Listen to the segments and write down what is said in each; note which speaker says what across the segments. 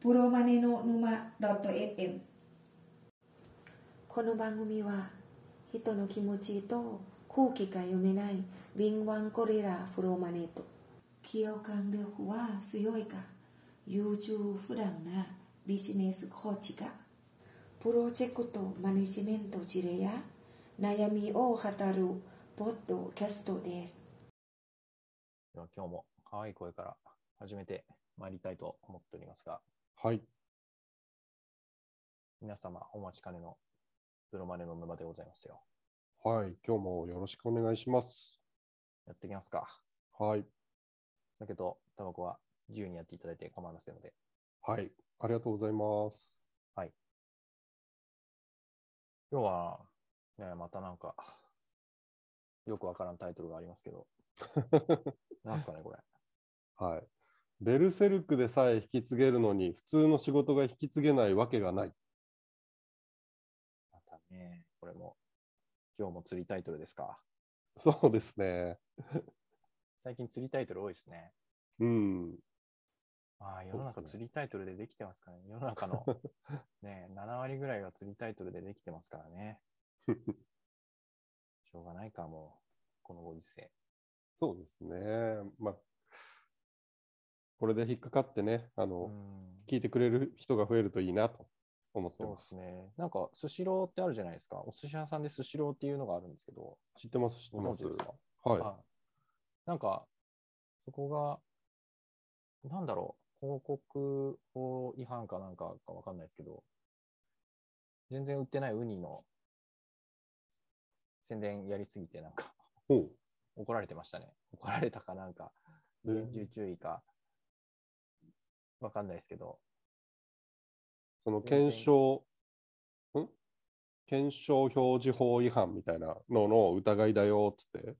Speaker 1: プロマネの沼 .fm この番組は人の気持ちと空気が読めない敏腕コレラプロマネと企業間力は強いか優柔不断なビジネスコーチがプロジェクトマネジメント事例や悩みを語るポッドキャストです
Speaker 2: では今日も可愛い声から始めてまいりたいと思っておりますが、
Speaker 3: はい。
Speaker 2: 皆様お待ちかねのプロマネの沼でございますよ。
Speaker 3: はい。今日もよろしくお願いします。
Speaker 2: やっていきますか。
Speaker 3: はい。
Speaker 2: だけど、タバコは自由にやっていただいて構いませんので。
Speaker 3: はい。ありがとうございます。
Speaker 2: 今日は、ね、またなんか、よくわからんタイトルがありますけど、なんすかね、これ。
Speaker 3: はい。ベルセルクでさえ引き継げるのに、普通の仕事が引き継げないわけがない。
Speaker 2: またね、これも、今日も釣りタイトルですか。
Speaker 3: そうですね。
Speaker 2: 最近釣りタイトル多いですね。
Speaker 3: うん。
Speaker 2: ああ、世の中
Speaker 3: そうですね
Speaker 2: 釣りタイトルでできてますからね。世の 中のね、7割ぐらいが釣りタイトルでできてますからね。しょうがないか、もう、このご時世。
Speaker 3: そうですね。まあ、これで引っかかってね、あ
Speaker 2: う
Speaker 3: の、
Speaker 2: ん。
Speaker 3: 聞いてくれる人が増えるといいなと思って
Speaker 2: そう
Speaker 3: ま。
Speaker 2: ですすね。なんか、スシローってあるじゃないですか。お寿司屋さんでスシローっていうのがあるんですけど、
Speaker 3: 知ってます、知って
Speaker 2: ご
Speaker 3: ま
Speaker 2: 存知
Speaker 3: す。
Speaker 2: ですか
Speaker 3: は
Speaker 2: あなんか、そこが、なんだろう、広告法違反かなんかかわかんないですけど、全然売ってないウニの宣伝やりすぎて、なんか
Speaker 3: い。ほ
Speaker 2: 怒られてましたね。怒られたかなんか、
Speaker 3: う。で
Speaker 2: 厳重注意か、わかんないですけど、
Speaker 3: その
Speaker 2: 全然
Speaker 3: 検証、ん検証表示法違反みたいなのの疑いだよっつって。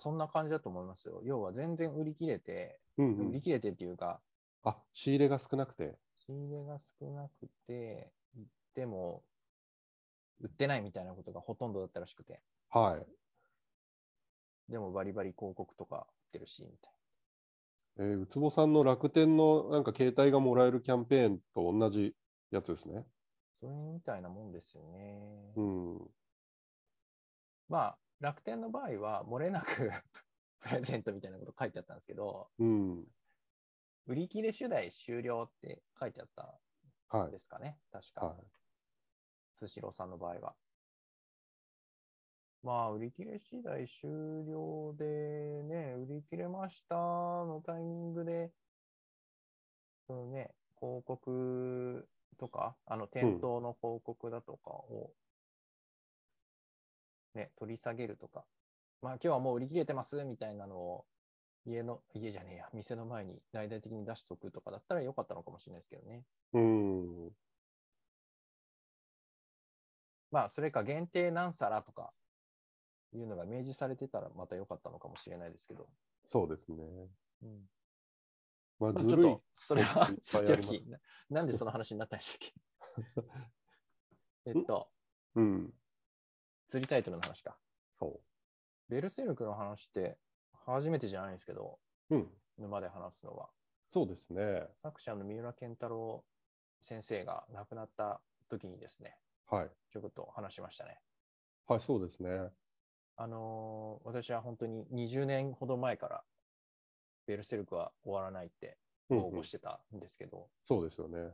Speaker 2: そんな感じだと思いますよ。要は全然売り切れて、
Speaker 3: うんう
Speaker 2: 売
Speaker 3: ん
Speaker 2: り、切れてっていうか、
Speaker 3: あ仕入れが少なくて。
Speaker 2: 仕入れが少なくて、行っても、売ってないみたいなことがほとんどだったらしくて、
Speaker 3: はい。
Speaker 2: でもバリバリ広告とか売ってるし、みたい
Speaker 3: えー、うつぼさんの楽天のなんか携帯がもらえるキャンペーンと同じやつですね。
Speaker 2: な。それみたいなもんですよね。
Speaker 3: うん。
Speaker 2: まあ、楽天の場合は、漏れなく プレゼントみたいなこと書いてあったんですけど、
Speaker 3: うん。
Speaker 2: 売り切れ次第終了って書いてあった
Speaker 3: は
Speaker 2: んですかね、確
Speaker 3: い。は
Speaker 2: か。スシローさんの場合は。まあ、売り切れ次第終了でね、売り切れましたのタイミングで、そのね、広告とか、あの、店頭の広告だとかを、ね、取り下げるとか、まあ、今日はもう売り切れてますみたいなのを、家の、家じゃねえや、店の前に大々的に出しとくとかだったらよかったのかもしれないですけどね。
Speaker 3: い。うん。
Speaker 2: まあ、それか限定何皿とかいうのが明示されてたらまた良かったのかもしれないですけど。
Speaker 3: そうですね。
Speaker 2: うん、
Speaker 3: ま
Speaker 2: ま
Speaker 3: あ、
Speaker 2: あ
Speaker 3: ず
Speaker 2: ちょっ
Speaker 3: るい
Speaker 2: と。、それは
Speaker 3: いっ
Speaker 2: さっ
Speaker 3: ぱい
Speaker 2: き
Speaker 3: あ
Speaker 2: よ
Speaker 3: ります
Speaker 2: りななんでその話になったんでしたっけえっと、
Speaker 3: うん。
Speaker 2: 釣りタイトルの話か。
Speaker 3: そ
Speaker 2: ベルセルクの話って初めてじゃないんですけど、
Speaker 3: う。うん。
Speaker 2: 沼で話すのは。
Speaker 3: そうですね。
Speaker 2: 作者の三浦健太郎先生が亡くなった時にですね、
Speaker 3: はい。
Speaker 2: ちょこっと話しましたね。
Speaker 3: はい、そうですね。
Speaker 2: あのー私は本当に20年ほど前から、ベルセルクは終わらないって
Speaker 3: うん
Speaker 2: 応
Speaker 3: うん
Speaker 2: 募してたんですけど、
Speaker 3: そうですよね。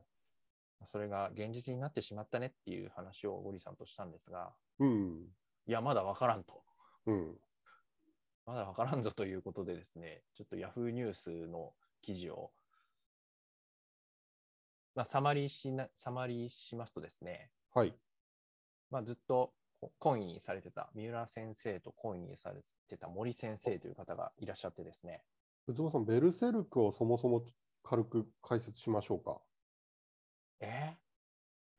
Speaker 2: それが現実になってしまったねっていう話をゴリさんとしたんですが、
Speaker 3: うん。
Speaker 2: いや、まだわからんと。
Speaker 3: うん。
Speaker 2: まだわからんぞということでですね、ちょっと Yahoo ニュースの記事を、まあ、サマリーしな、サマリーしますとですね、
Speaker 3: はい。
Speaker 2: まあ、ずっとこ懇意にされてた、三浦先生と懇意にされてた森先生という方がいらっしゃってですね、
Speaker 3: うつぼさん、ベルセルクをそもそも軽く解説しましょうか。
Speaker 2: えー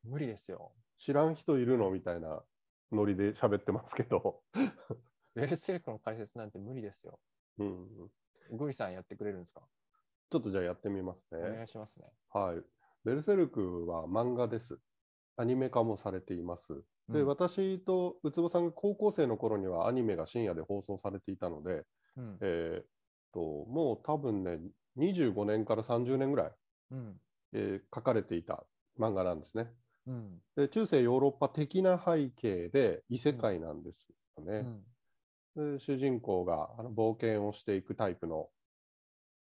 Speaker 2: 無理ですよ。
Speaker 3: 知らん人いるのみたいなノリで喋ってますけど。
Speaker 2: ベルセルクの解説なんて無理ですよ。
Speaker 3: うん。
Speaker 2: ゴリさんやってくれるんですか
Speaker 3: ちょっとじゃあやってみます
Speaker 2: お願
Speaker 3: ね。
Speaker 2: いしますね。
Speaker 3: はい。ベルセルクは漫画です。アニメ化もされています。で、
Speaker 2: うん
Speaker 3: 私とウツボさんが高校生の頃にはアニメが深夜で放送されていたので、
Speaker 2: うん
Speaker 3: えーっと、もう多分ね、25年から30年ぐらい
Speaker 2: うん
Speaker 3: えー書かれていた漫画なんですね。
Speaker 2: うん。
Speaker 3: で中世ヨーロッパ的な背景で異世界なんですよ
Speaker 2: う
Speaker 3: ね。
Speaker 2: ん。
Speaker 3: で主人公があの冒険をしていくタイプの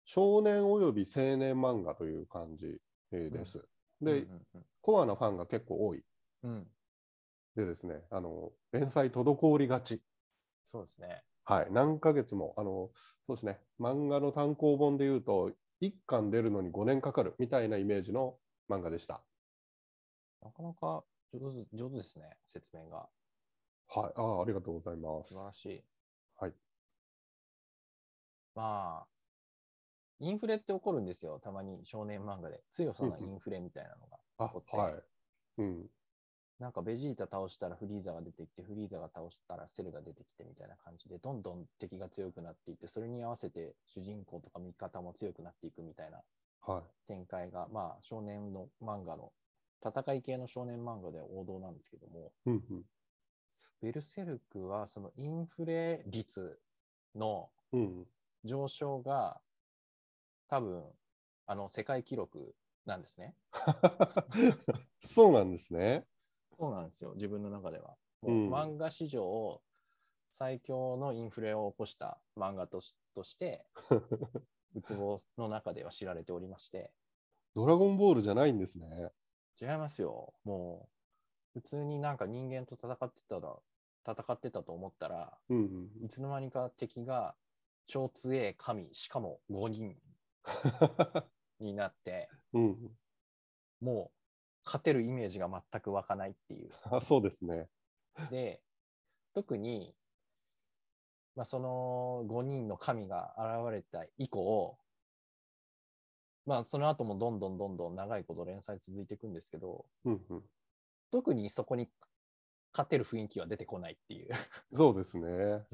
Speaker 3: 少年および青年漫画という感じえーです。で、
Speaker 2: うん
Speaker 3: コアなファンが結構多い。
Speaker 2: うん、うん。
Speaker 3: でですね、あの連載滞りがち。
Speaker 2: そうですね。
Speaker 3: はい、何ヶ月も、あの、そうですね、漫画の単行本でいうと、1巻出るのに5年かかるみたいなイメージの漫画でした。
Speaker 2: なかなか上手上手ですね、説明が。
Speaker 3: はい、ああ、ありがとうございます
Speaker 2: 素晴。らしい。
Speaker 3: はい。
Speaker 2: まあ、インフレって起こるんですよ、たまに少年漫画で。強さなインフレみたいなのが。
Speaker 3: あ、
Speaker 2: 怒って
Speaker 3: はい。うん、
Speaker 2: なんかベジータ倒したらフリーザが出てきて、フリーザが倒したらセルが出てきてみたいな感じで、どんどん敵が強くなっていって、それに合わせて主人公とか味方も強くなっていくみたいな
Speaker 3: はい。
Speaker 2: 展開が、まあ、少年の漫画の、戦い系の少年漫画では王道なんですけども、
Speaker 3: うん、うん
Speaker 2: ベルセルクはそのインフレ率の
Speaker 3: うん、
Speaker 2: 上昇が多分あの世界記録なんですね。
Speaker 3: そうなんですね。
Speaker 2: そうなんですよ、自分の中では。
Speaker 3: う
Speaker 2: も
Speaker 3: ん
Speaker 2: う漫画史上最強のインフレを起こした漫画としと して、うつぼの中では知られておりまして、
Speaker 3: ドラゴンボールじゃないんですね。
Speaker 2: 違いますよ、もう普通になんか人間と戦ってたら、戦ってたと思ったら、
Speaker 3: うん、うん。
Speaker 2: いつの間にか敵が超強え神、しかも5人になって、
Speaker 3: うん、
Speaker 2: もう勝てるイメージが全く湧かないっていう。
Speaker 3: あ、そうですね。
Speaker 2: で、特に、まあ、その5人の神が現れた以降、まあ、その後もどんどんどんどん長いこと連載続いていくんですけど、
Speaker 3: うん、うん。
Speaker 2: 特にそこに勝てる雰囲気は出てこないっていう。
Speaker 3: そうですね。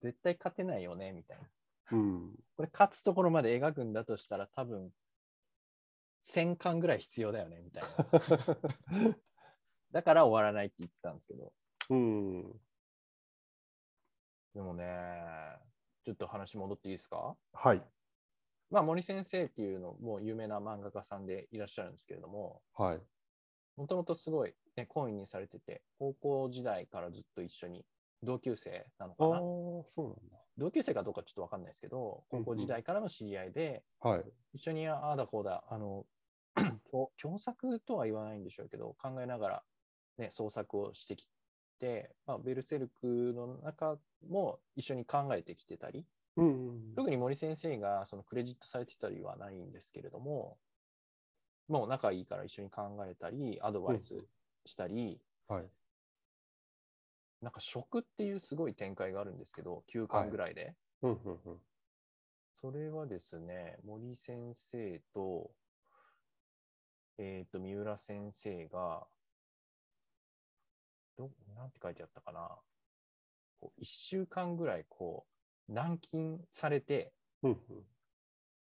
Speaker 2: 絶対勝てないよね、みたいな。
Speaker 3: うん。
Speaker 2: これ勝つところまで描くんだとしたら多分、1000巻ぐらい必要だよね、みたい な。だから終わらないって言ってたんですけど。
Speaker 3: うん。
Speaker 2: でもね、ちょっと話戻っていいですか
Speaker 3: はい、
Speaker 2: まあ、森先生っていうのも有名な漫画家さんでいらっしゃるんですけれども、
Speaker 3: はい。
Speaker 2: もともとすごい、ね、懇意にされてて、高校時代からずっと一緒に、同級生なの
Speaker 3: ああ
Speaker 2: かな、
Speaker 3: そうなんだ。
Speaker 2: 同級生かどうかちょっとわかんないですけど、
Speaker 3: うん
Speaker 2: 高
Speaker 3: うん
Speaker 2: 校時代からの知り合いで、
Speaker 3: はい。
Speaker 2: 一緒にああだこうだ、あの、 共共作とは言わないんでしょうけど、考えながら、ね、創作をしてきて、まあ、ベルセルクの中も一緒に考えてきてたり、
Speaker 3: うんうん、
Speaker 2: 特に森先生がそのクレジットされてたりはないんですけれども、もう仲いいから一緒に考えたり、アドバイスしたり、
Speaker 3: はい。
Speaker 2: なんか食っていうすごい展開があるんですけど、9巻ぐらいで。
Speaker 3: うんうんうん。
Speaker 2: それはですね、森先生と、えっ、と、三浦先生が、ど、なんて書いてあったかな。こう1週間ぐらい、こう、軟禁されて
Speaker 3: うんうん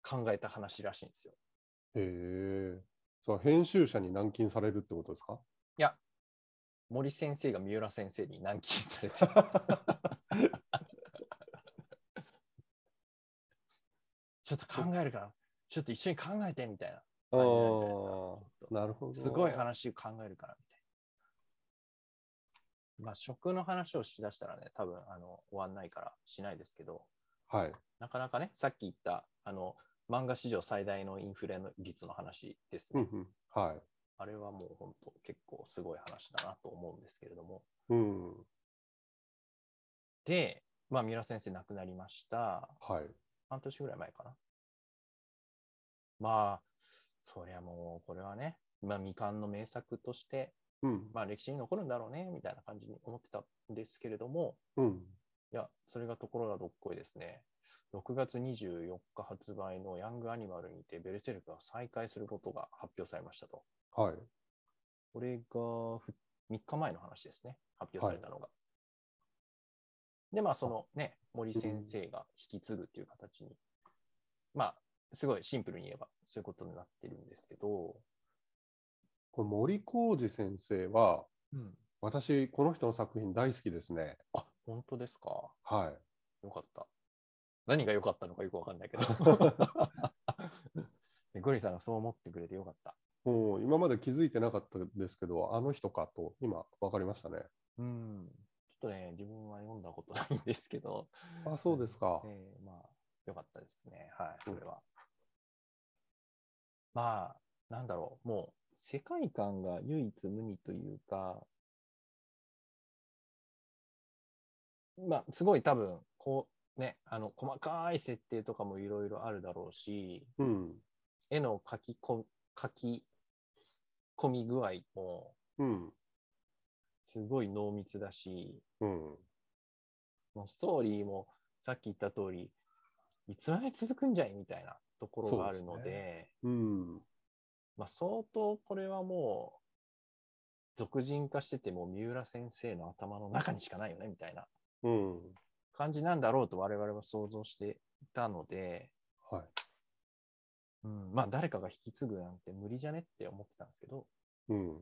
Speaker 2: 考えた話らしいんですよ。
Speaker 3: へえ。そう編集者に軟禁されるってことですか
Speaker 2: いや、森先生が三浦先生に軟禁されてるちょっと考えるから、ちょっと一緒に考えてみたいな
Speaker 3: ああ
Speaker 2: 感じなんじゃないですか
Speaker 3: ー、なるほど。
Speaker 2: すごい話考えるからみたいな。まあ、食の話をしだしたらね、多分あの終わんないからしないですけど、
Speaker 3: はい。
Speaker 2: なかなかね、さっき言ったあの漫画史上最大のインフレの率の話です
Speaker 3: うん
Speaker 2: ね。
Speaker 3: うん。はい。
Speaker 2: あれはもう本当結構すごい話だなと思うんですけれども。
Speaker 3: うん。
Speaker 2: で、まあ、三浦先生亡くなりました。
Speaker 3: はい。
Speaker 2: 半年ぐらい前かな。まあ、そりゃもう、これはね、まあ、未完の名作として、
Speaker 3: うん。
Speaker 2: まあ、歴史に残るんだろうね、みたいな感じに思ってたんですけれども、
Speaker 3: うん。
Speaker 2: いや、それがところがどっこいですね。6月24日発売のヤングアニマルにて、ベルセルクが再開することが発表されましたと。
Speaker 3: はい。
Speaker 2: これがふ3日前の話ですね、発表されたのが。で、まあ、そのね、森先生が引き継ぐっていう形に、まあ、すごいシンプルに言えば、そういうことになってるんですけど、
Speaker 3: これ森浩二先生は、
Speaker 2: うん、
Speaker 3: 私、この人の作品大好きですね。
Speaker 2: あ本当ですか。
Speaker 3: はい。
Speaker 2: よかった。何が良かったのかよくわかんないけど。でグリさんがそう思ってくれてよかった。
Speaker 3: もうん今まで気づいてなかったですけど、あの人かと今分かりましたね。
Speaker 2: うん。ちょっとね、自分は読んだことないんですけど。
Speaker 3: あ、そうですか。
Speaker 2: えーまあ、よかったですね。はい、それは。まあ、なんだろう。もう、世界観が唯一無二というか、まあ、すごい多分、こう、ね、あの、細かい設定とかもいろいろあるだろうし、
Speaker 3: うん。
Speaker 2: 絵の描きこ、描き込み具合も、
Speaker 3: うん。
Speaker 2: すごい濃密だし、
Speaker 3: うん。
Speaker 2: もうストーリーもさっき言った通り、いつまで続くんじゃいみたいなところがあるの
Speaker 3: そう
Speaker 2: で、
Speaker 3: ですうん。
Speaker 2: まあ、相当これはもう、俗人化してても三浦先生の頭の中にしかないよねみたいな
Speaker 3: うん。
Speaker 2: 感じなんだろうと我々は想像していたので、
Speaker 3: はい。
Speaker 2: うん、まあ誰かが引き継ぐなんて無理じゃねって思ってたんですけど、
Speaker 3: うん。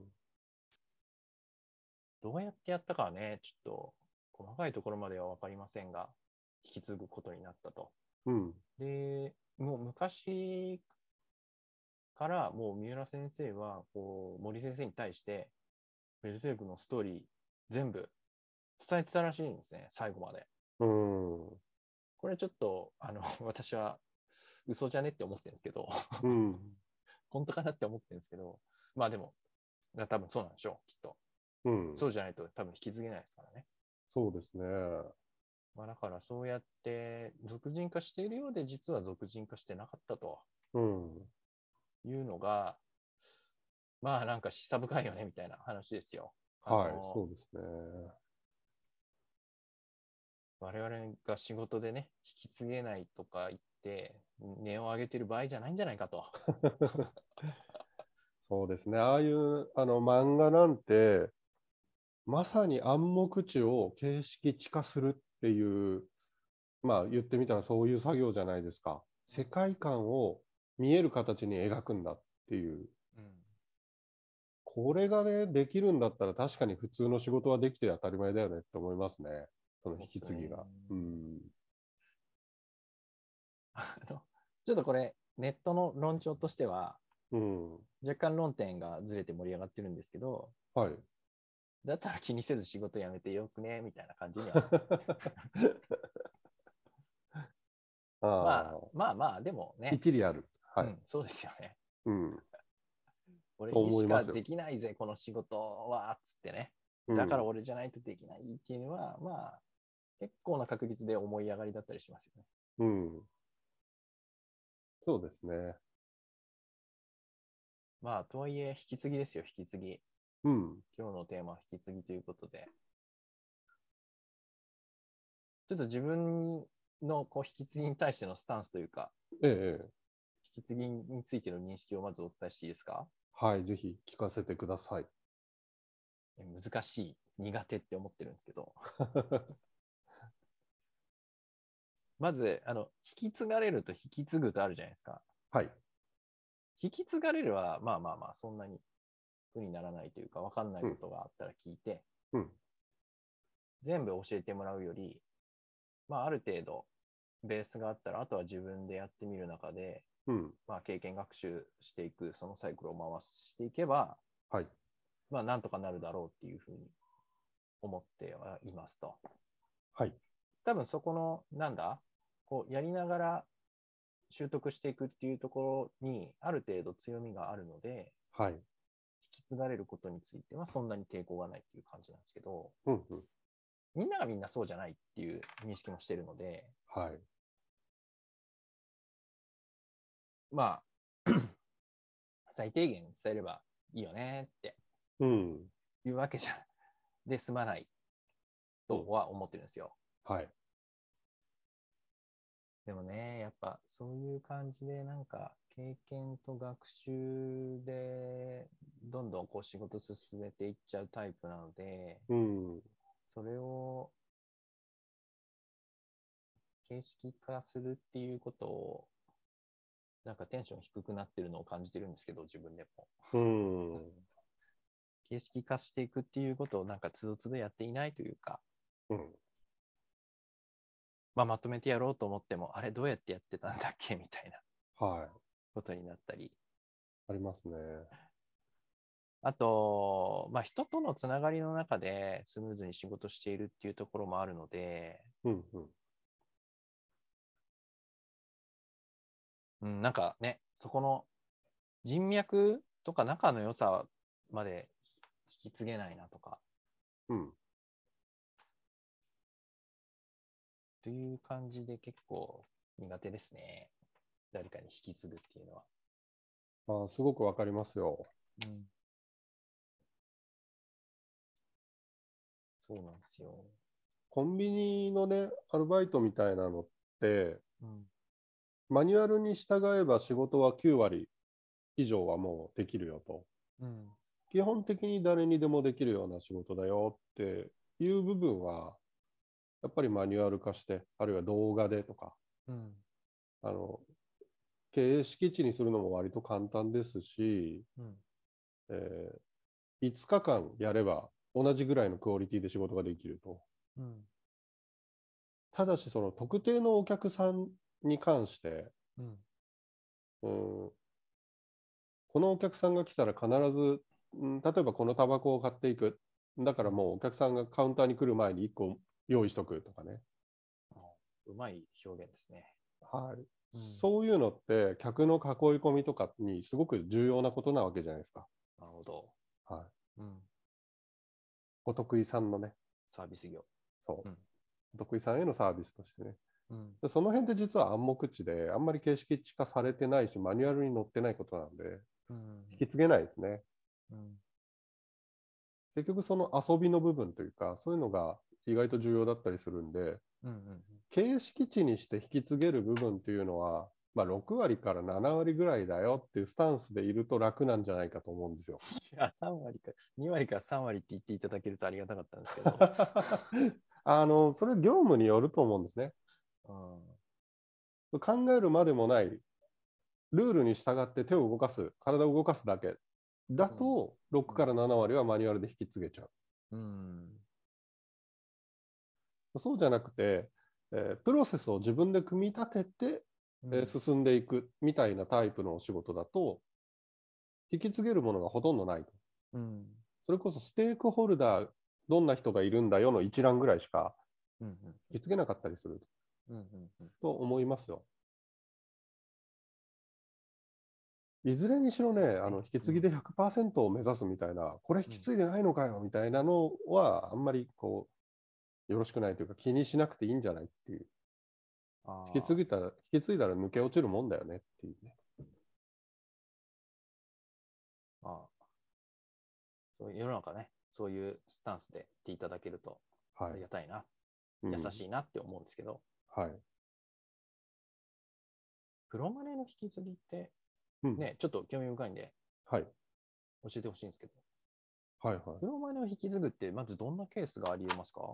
Speaker 2: どうやってやったかはね、ちょっと細かいところまでは分かりませんが、引き継ぐことになったと。
Speaker 3: うん。
Speaker 2: で、もう昔からもう三浦先生はこう森先生に対してベルセルクのストーリー全部伝えてたらしいんですね、最後まで。
Speaker 3: うん。
Speaker 2: これちょっとあの 私は嘘じゃねって思ってるんですけど、
Speaker 3: うん。
Speaker 2: 本当かなって思ってるんですけど、まあでも、多分そうなんでしょう、きっと。
Speaker 3: う ん。
Speaker 2: そうじゃないと多分引き継げないですからね。
Speaker 3: そうですね。
Speaker 2: まあ、だからそうやって俗人化しているようで実は俗人化してなかったと。
Speaker 3: うん。
Speaker 2: いうのが、まあなんか示唆深いよねみたいな話ですよ。
Speaker 3: はい
Speaker 2: あの。
Speaker 3: そうですね。
Speaker 2: 我々が仕事でね、引き継げないとか言って、値を上げてる場合じゃないんじゃないか と。
Speaker 3: そうですね。ああいうあの漫画なんて、まさに暗黙知を形式地化するっていう、まあ言ってみたらそういう作業じゃないですか。世界観を見える形に描くんだっていう。これがね、できるんだったら確かに普通の仕事はできて当たり前だよねって思いますね。その引き継ぎが。うん。
Speaker 2: あのちょっとこれ、ネットの論調としては、
Speaker 3: うん。
Speaker 2: 若干論点がずれて盛り上がってるんですけど、
Speaker 3: はい。
Speaker 2: だったら気にせず仕事辞めてよくね、みたいな感じには なってますね
Speaker 3: ああ、
Speaker 2: まあまあまあ、でもね、
Speaker 3: 一理ある。は
Speaker 2: う
Speaker 3: い
Speaker 2: ん。そうですよね。
Speaker 3: うん。
Speaker 2: 俺
Speaker 3: そう
Speaker 2: に
Speaker 3: 思い
Speaker 2: し
Speaker 3: ま
Speaker 2: か
Speaker 3: すよ
Speaker 2: できないぜ、この仕事は、つってね。
Speaker 3: うん
Speaker 2: だから俺じゃないとできないっていうのは、まあ、結構な確率で思い上がりだったりしますよね。
Speaker 3: うん。そうですね。
Speaker 2: まあ、とはいえ、引き継ぎですよ、引き継ぎ。
Speaker 3: うん。
Speaker 2: 今日のテーマは引き継ぎということで。ちょっと自分のこう引き継ぎに対してのスタンスというか、
Speaker 3: ええ。
Speaker 2: 引き継ぎについての認識をまずお伝えしていいですか
Speaker 3: はい。ぜひ聞かせてください。
Speaker 2: え難しい、苦手って思ってるんですけど。 まず、あの、引き継がれると引き継ぐとあるじゃないですか。
Speaker 3: はい。
Speaker 2: 引き継がれるは、まあまあまあ、そんなに苦にならないというか、わかんないことがあったら聞いて、
Speaker 3: うん
Speaker 2: 全部教えてもらうより、まあ、ある程度、ベースがあったら、あとは自分でやってみる中で、
Speaker 3: うん。
Speaker 2: まあ、経験学習していく、そのサイクルを回していけば、
Speaker 3: はい。
Speaker 2: まあ、なんとかなるだろうっていうふうに思ってはいますと。
Speaker 3: はい。
Speaker 2: 多分そこの、なんだ、こう、やりながら習得していくっていうところに、ある程度強みがあるので、
Speaker 3: はい。
Speaker 2: 引き継がれることについてはそんなに抵抗がないっていう感じなんですけど、
Speaker 3: うんうん。
Speaker 2: みんながみんなそうじゃないっていう認識もしてるので、
Speaker 3: はい。
Speaker 2: まあ、 最低限伝えればいいよねって
Speaker 3: うん。
Speaker 2: いうわけじゃ、で済まないとは思ってるんですよ。
Speaker 3: はい。
Speaker 2: でもね、やっぱそういう感じで、なんか経験と学習で、どんどんこう仕事進めていっちゃうタイプなので、
Speaker 3: うん。
Speaker 2: それを形式化するっていうことを、なんかテンション低くなってるのを感じてるんですけど、自分でも。
Speaker 3: うん。
Speaker 2: 形式化していくっていうことを、なんかつどつどやっていないというか、
Speaker 3: うん。
Speaker 2: まあ、まとめてやろうと思っても、あれどうやってやってたんだっけみたいな。
Speaker 3: は
Speaker 2: ことになったり、
Speaker 3: ありますね。
Speaker 2: あと、まあ、人とのつながりの中でスムーズに仕事しているっていうところもあるので、
Speaker 3: うんうん。
Speaker 2: うん、なんかね、そこの人脈とか仲の良さまで引き継げないなとか、
Speaker 3: うん。
Speaker 2: という感じで結構苦手ですね。誰かに引き継ぐっていうのは。
Speaker 3: あすごくわかりますよ。
Speaker 2: うん、そうなんですよ。
Speaker 3: コンビニのね、アルバイトみたいなのって、
Speaker 2: うん、
Speaker 3: マニュアルに従えば仕事は9割以上はもうできるよと。
Speaker 2: うん、
Speaker 3: 基本的に誰にでもできるような仕事だよっていう部分は、やっぱりマニュアル化して、あるいは動画でとか、
Speaker 2: うん、
Speaker 3: あの、経営敷地にするのも割と簡単ですし、
Speaker 2: うん、
Speaker 3: えー5日間やれば同じぐらいのクオリティで仕事ができると。
Speaker 2: うん、
Speaker 3: ただし、その特定のお客さんに関して、
Speaker 2: うん、
Speaker 3: うん、このお客さんが来たら必ず、うん、例えばこのタバコを買っていく。だからもうお客さんがカウンターに来る前に1個用意しとくとかね。
Speaker 2: うまい表現ですね。
Speaker 3: はい。
Speaker 2: うん
Speaker 3: そういうのって客の囲い込みとかにすごく重要なことなわけじゃないですか。
Speaker 2: なるほど。
Speaker 3: はい。
Speaker 2: うん、
Speaker 3: お得意さんのね。
Speaker 2: サービス業。
Speaker 3: そう。
Speaker 2: うん
Speaker 3: お得意さんへのサービスとしてね。
Speaker 2: うん、
Speaker 3: でその辺って実は暗黙知で、あんまり形式化されてないし、マニュアルに載ってないことなんで、
Speaker 2: うん、
Speaker 3: 引き継げないですね。
Speaker 2: うん、
Speaker 3: 結局その遊びの部分というか、そういうのが意外と重要だったりするんで、
Speaker 2: うん、
Speaker 3: 形式値にして引き継げる部分というのは、まあ、6割から7割ぐらいだよっていうスタンスでいると楽なんじゃないかと思うんですよ。
Speaker 2: いや、3割か、2割から3割って言っていただけるとありがたかったんですけど。
Speaker 3: あの、それ業務によると思うんですね。
Speaker 2: うん
Speaker 3: 考えるまでもない、ルールに従って手を動かす、体を動かすだけだと、6から7割はマニュアルで引き継げちゃう。
Speaker 2: うん。
Speaker 3: そうじゃなくて、えープロセスを自分で組み立てて、えー進んでいくみたいなタイプのお仕事だと、引き継げるものがほとんどないと。
Speaker 2: うん。
Speaker 3: それこそステークホルダー、どんな人がいるんだよの一覧ぐらいしか
Speaker 2: うん。うん。
Speaker 3: 引き継げなかったりする
Speaker 2: うん。うん。
Speaker 3: と思いますよ。いずれにしろね、あの引き継ぎで100%を目指すみたいな、これ引き継いでないのかよみたいなのは、あんまりこう、よろしくないというか、気にしなくていいんじゃないっていう。
Speaker 2: あー
Speaker 3: 引き継ぎたら、引き継いだら抜け落ちるもんだよねっていうね。
Speaker 2: あーそういう世の中ね、そういうスタンスで言っていただけると
Speaker 3: は
Speaker 2: あり
Speaker 3: い。
Speaker 2: がたいな、
Speaker 3: うん
Speaker 2: 優しいなって思うんですけど、
Speaker 3: はい。
Speaker 2: プロマネの引き継ぎって、
Speaker 3: うん
Speaker 2: ね、ちょっと興味深いんで、
Speaker 3: はい。
Speaker 2: 教えてほしいんですけど、
Speaker 3: はいはい。
Speaker 2: プロマネを引き継ぐって、まずどんなケースがありえますか
Speaker 3: あー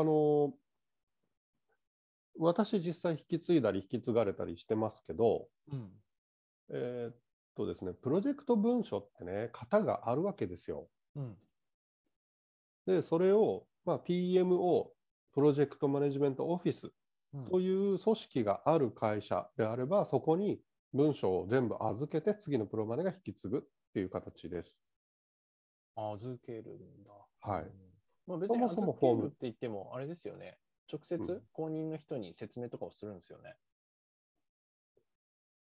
Speaker 3: あのー私実際引き継いだり引き継がれたりしてますけど、
Speaker 2: うん。
Speaker 3: えーっとですね、プロジェクト文書ってね、型があるわけですよ。
Speaker 2: うん。
Speaker 3: で、それを、まあ、PMO、プロジェクトマネジメントオフィスと
Speaker 2: う
Speaker 3: いう組織がある会社であれば、そこに文書を全部預けて、次のプロマネが引き継ぐっていう形です。
Speaker 2: ん、預けるんだ。
Speaker 3: はい。
Speaker 2: まあ、別
Speaker 3: そ
Speaker 2: に
Speaker 3: もそもフォーム
Speaker 2: 預けるって言っても、あれですよね。直
Speaker 3: うん
Speaker 2: 接公認の人に説明とかをするんですよね。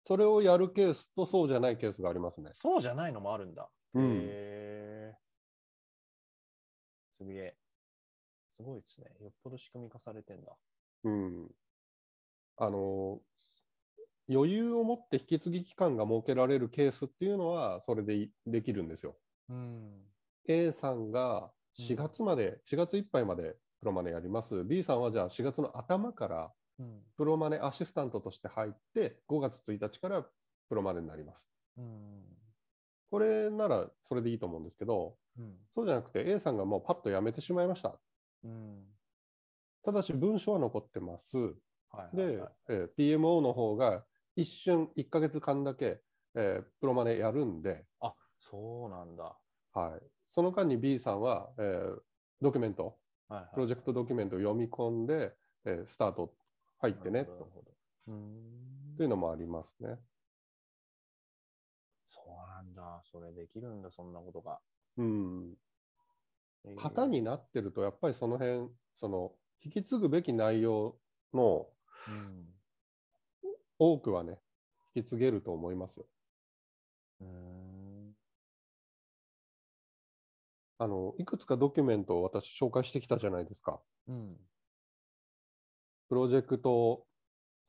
Speaker 3: それをやるケースとそうじゃないケースがありますね。
Speaker 2: そうじゃないのもあるんだ。
Speaker 3: うん
Speaker 2: へえ。すげえ。すごいですね。よっぽど仕組み化されてんだ。
Speaker 3: うん。あの、余裕を持って引き継ぎ期間が設けられるケースっていうのは、それでいできるんですよ。
Speaker 2: うん。
Speaker 3: A さん
Speaker 2: う
Speaker 3: が
Speaker 2: ん
Speaker 3: 4月まで、4月いっぱいまでプロマネやります。B さんはじゃあ4月の頭から
Speaker 2: うん。
Speaker 3: プロマネアシスタントとして入って、5月1日からプロマネになります。
Speaker 2: うん。
Speaker 3: これならそれでいいと思うんですけど、
Speaker 2: うん。
Speaker 3: そうじゃなくて A さんがもうパッと辞めてしまいました。
Speaker 2: うん。
Speaker 3: ただし文書は残ってます。
Speaker 2: はいはい
Speaker 3: で
Speaker 2: はい。、
Speaker 3: えー PMO の方が一瞬1ヶ月間だけ、えープロマネやるんで、
Speaker 2: あ、そうなんだ。は
Speaker 3: はい、その間に B さんは、えードキュメント、
Speaker 2: いはい。
Speaker 3: プロジェクトドキュメントを読み込んで、えースタート入ってね
Speaker 2: なるほど
Speaker 3: と。
Speaker 2: なるほどうーん。
Speaker 3: というのもありますね。
Speaker 4: そうなんだ。それできるんだ、そんなことが。
Speaker 3: うん。
Speaker 4: えー
Speaker 3: 型になってると、やっぱりその辺、その、引き継ぐべき内容の多くはね、引き継げると思いますよ。
Speaker 4: うん。うーん。
Speaker 3: あの、いくつかドキュメントを私紹介してきたじゃないですか。
Speaker 4: うん。
Speaker 3: プロジェクト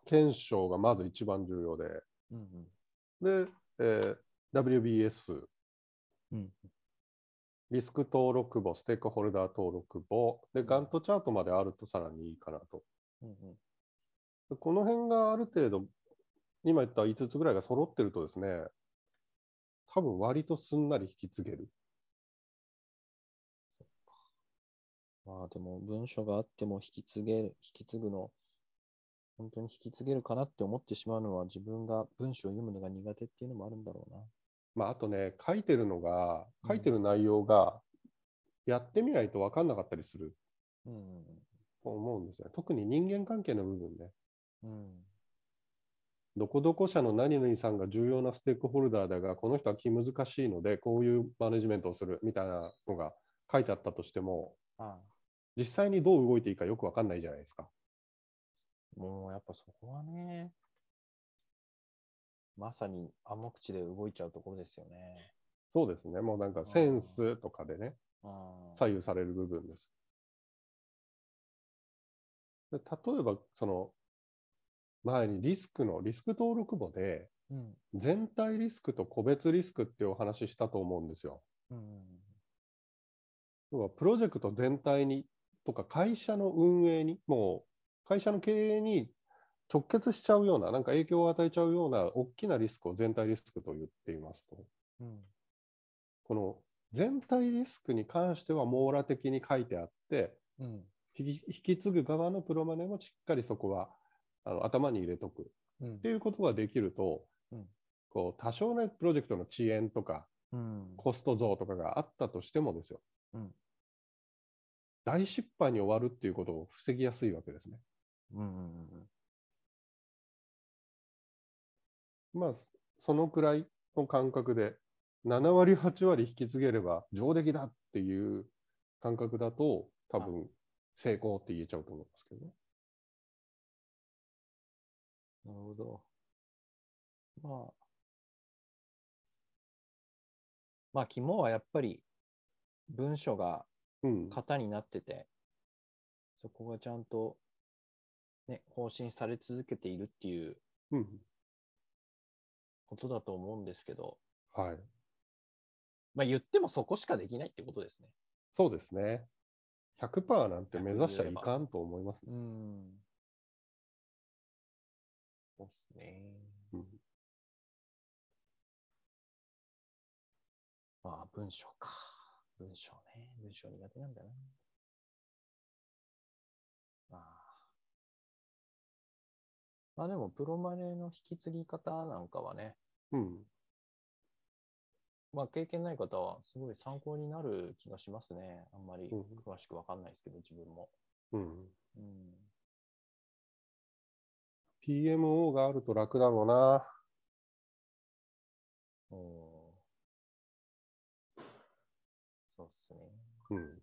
Speaker 3: 検証がまず一番重要で、
Speaker 4: うん。
Speaker 3: で、えー WBS、
Speaker 4: うん
Speaker 3: リスク登録簿、ステークホルダー登録簿、で、ガントチャートまであるとさらにいいかなと。
Speaker 4: うん。
Speaker 3: でこの辺がある程度、今言った5つぐらいが揃ってるとですね、多分割とすんなり引き継げる。
Speaker 2: まあでも文書があっても引き継げる、引き継ぐの、本当に引き継げるかなって思ってしまうのは自分が文章を読むのが苦手っていうのもあるんだろうな。
Speaker 3: まあ、あとね、書いてるのが、書いてる内容が、やってみないと分かんなかったりする
Speaker 2: うん。
Speaker 3: と思うんですね。特に人間関係の部分ね。
Speaker 2: うん。
Speaker 3: どこどこ社の何々さんが重要なステークホルダーだが、この人は気難しいので、こういうマネジメントをするみたいなのが書いてあったとしても、
Speaker 4: あ
Speaker 3: 実際にどう動いていいかよく分かんないじゃないですか。
Speaker 4: あもうやっぱそこはね、
Speaker 2: まさに暗黙地で動いちゃうところですよね。
Speaker 3: そうですね。もうなんかセンスとかでね、
Speaker 2: ああ。
Speaker 3: 左右される部分です。で例えば、その前にリスクの、リスク登録簿で、
Speaker 2: うん。
Speaker 3: 全体リスクと個別リスクっていうお話ししたと思うんですよ。
Speaker 2: うん。
Speaker 3: 要はプロジェクト全体にとか会社の運営にもう会社の経営に直結しちゃうようななんか影響を与えちゃうような大きなリスクを全体リスクと言っていますと
Speaker 2: うん。
Speaker 3: この全体リスクに関しては網羅的に書いてあって
Speaker 2: うん。
Speaker 3: 引き引き継ぐ側のプロマネもしっかりそこはあの頭に入れとくっ
Speaker 2: うん
Speaker 3: ていうことができると、
Speaker 2: うん
Speaker 3: こう多少ねプロジェクトの遅延とか
Speaker 2: うん。
Speaker 3: コスト増とかがあったとしてもですよ、
Speaker 2: うん
Speaker 3: 大失敗に終わるっていうことを防ぎやすいわけですね。
Speaker 2: うん。
Speaker 3: まあ、そのくらいの感覚で、7割、8割引き継げれば上出来だっていう感覚だと、多分成功って言えちゃうと思いますけどね。
Speaker 2: なるほど。まあ。まあ肝はやっぱり文書が
Speaker 3: うん、
Speaker 2: 型になってて、そこがちゃんと、ね、更新され続けているっていう
Speaker 3: うん、
Speaker 2: ことだと思うんですけど、
Speaker 3: はい、
Speaker 2: まあ言ってもそこしかできないってことですね。
Speaker 3: そうですね。100%なんて目指しちゃいかんと思いますね。
Speaker 2: うん。
Speaker 4: そうですね。
Speaker 3: うん
Speaker 2: まあ文章か。文章ね。文章苦手なんだな。まあ。まあでもプロマネの引き継ぎ方なんかはね、
Speaker 3: うん、
Speaker 2: まあ、経験ない方は、すごい参考になる気がしますね。あんまり
Speaker 3: うん
Speaker 2: 詳しくわかんないですけど、自分も。
Speaker 3: うん。
Speaker 2: うん。
Speaker 3: PMO があると楽だろうな。
Speaker 2: おーそうっすね。
Speaker 3: うん、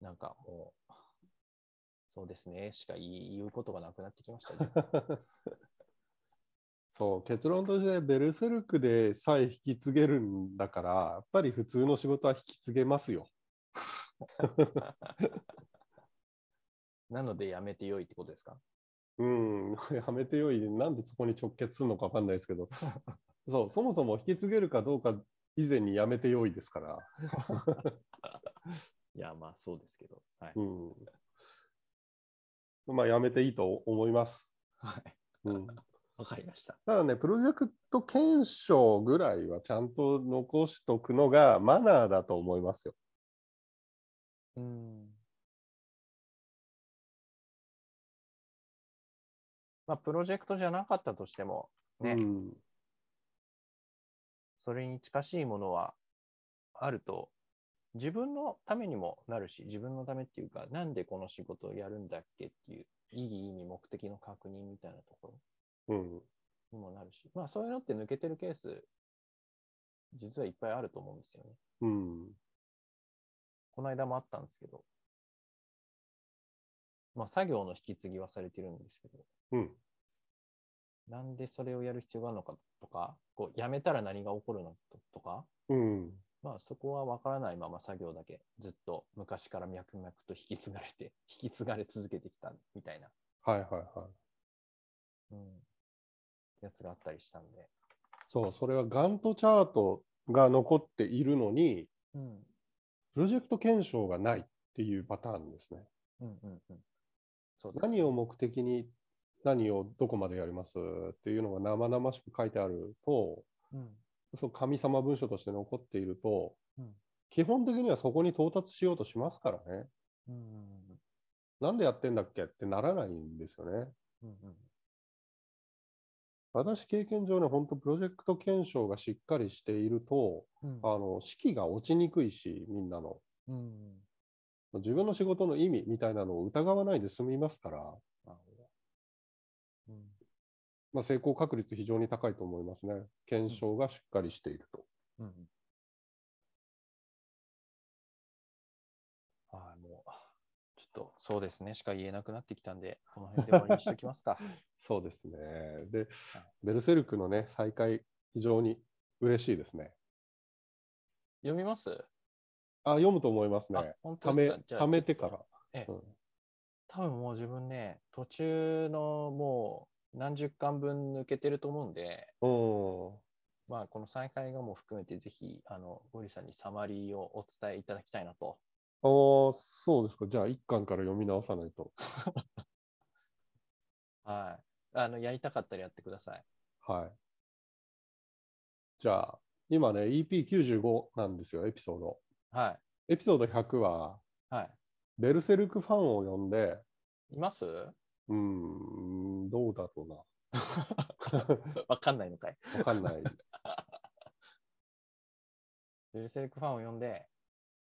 Speaker 2: なんかもう、そうですね。しか言い言うことがなくなってきました ね。
Speaker 3: そう結論としてベルセルクでさえ引き継げるんだからやっぱり普通の仕事は引き継げますよ。
Speaker 2: なので、やめてよいってことですか
Speaker 3: うん、 やめてよいなんでそこに直結するのか分かんないですけど そうそもそも引き継げるかどうか以前にやめてよいですから、
Speaker 2: いや、まあ、そうですけど。はい。
Speaker 3: うん、まあやめていいと思います。
Speaker 2: はい。
Speaker 3: うん、
Speaker 2: わかりました。
Speaker 3: ただねプロジェクト検証ぐらいはちゃんと残しとくのがマナーだと思いますよ。
Speaker 2: うん。まあ、プロジェクトじゃなかったとしても、ね
Speaker 3: うん
Speaker 2: それに近しいものはあると、自分のためにもなるし、自分のためっていうか、なんでこの仕事をやるんだっけっていう意義、意味、目的の確認みたいなところ
Speaker 3: うん。
Speaker 2: にもなるし、まあそういうのって抜けてるケース、実はいっぱいあると思うんですよね。
Speaker 3: うん。
Speaker 2: この間もあったんですけど、まあ作業の引き継ぎはされてるんですけど、
Speaker 3: うん。
Speaker 2: なんでそれをやる必要があるのかとか、こうやめたら何が起こるのととか、
Speaker 3: うん。
Speaker 2: まあそこは分からないまま作業だけずっと昔から脈々と引き継がれて、 引き継がれ続けてきたみたいな、
Speaker 3: はいはいはい。
Speaker 2: うん、やつがあったりしたんで。
Speaker 3: そう、それはガントチャートが残っているのに、
Speaker 2: うん、
Speaker 3: プロジェクト検証がないっていうパターンですね。
Speaker 2: うん、うん、うん。そうですね
Speaker 3: 何を目的に何をどこまでやりますっていうのが生々しく書いてあると、
Speaker 2: うん、
Speaker 3: そう神様文書として残っていると、
Speaker 2: うん
Speaker 3: 基本的にはそこに到達しようとしますからね。
Speaker 2: うん、うん
Speaker 3: なんでやってんだっけってならないんですよね。
Speaker 2: うん、うん。
Speaker 3: 私経験上ね、本当プロジェクト検証がしっかりしていると、
Speaker 2: うん
Speaker 3: あの、士気が落ちにくいし、みんなの。
Speaker 2: うん、
Speaker 3: 自分の仕事の意味みたいなのを疑わないで済みますから、
Speaker 2: なるほど。うん、
Speaker 3: まあ、成功確率非常に高いと思いますね。検証がしっかりしていると。
Speaker 2: うん。はい、もう、ちょっとそうですね、しか言えなくなってきたんで、この辺で終わりにしときます か。
Speaker 3: そうですね。で、ベルセルクのね、再開、非常に嬉しいですね。
Speaker 2: 読みます、
Speaker 3: あ、読むと思います
Speaker 2: あ
Speaker 3: ね。、
Speaker 2: 本
Speaker 3: た
Speaker 2: 当で
Speaker 3: め
Speaker 2: すかじゃあ
Speaker 3: ためて
Speaker 2: ちょ
Speaker 3: か
Speaker 2: っと
Speaker 3: ら。
Speaker 2: ええ
Speaker 3: うん
Speaker 2: 多分もう自分ね、途中のもう何十巻分抜けてると思うんで、
Speaker 3: うん。
Speaker 2: まあ、この再開がも含めて、ぜひ、あの、ゴリさんにサマリーをお伝えいただきたいなと。
Speaker 3: あーそうですか。じゃあ、一巻から読み直さないと。
Speaker 2: はい。あの、やりたかったらやってください。
Speaker 3: はい。じゃあ、今ね、EP95 なんですよ、エピソード。
Speaker 2: は
Speaker 3: エピソード100は、
Speaker 2: い。はい。
Speaker 3: ベルセルクファンを呼んで、
Speaker 2: います
Speaker 3: うーん、どうだろうな。
Speaker 2: わかんないのかい。
Speaker 3: わかんない。
Speaker 2: ベルセルクファンを呼んで、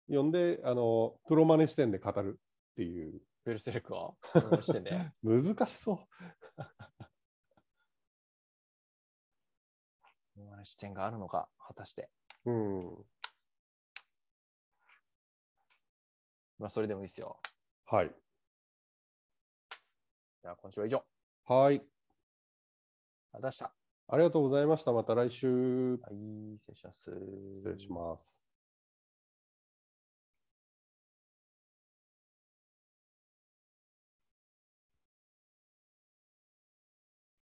Speaker 3: 呼んで、あの、プロマネ視点で語るっていう。
Speaker 2: ベルセルク を応援してて。
Speaker 3: 難しそ
Speaker 2: 応援視点があるのか、果たして。
Speaker 3: う。うん。
Speaker 2: まあ、それでもいいですよ。
Speaker 3: はい。
Speaker 2: じゃあ、今週は以上。
Speaker 3: はい。
Speaker 2: あ、出した。
Speaker 3: ありがとうございました。また来週。
Speaker 2: はい、失礼します。
Speaker 3: 失礼します。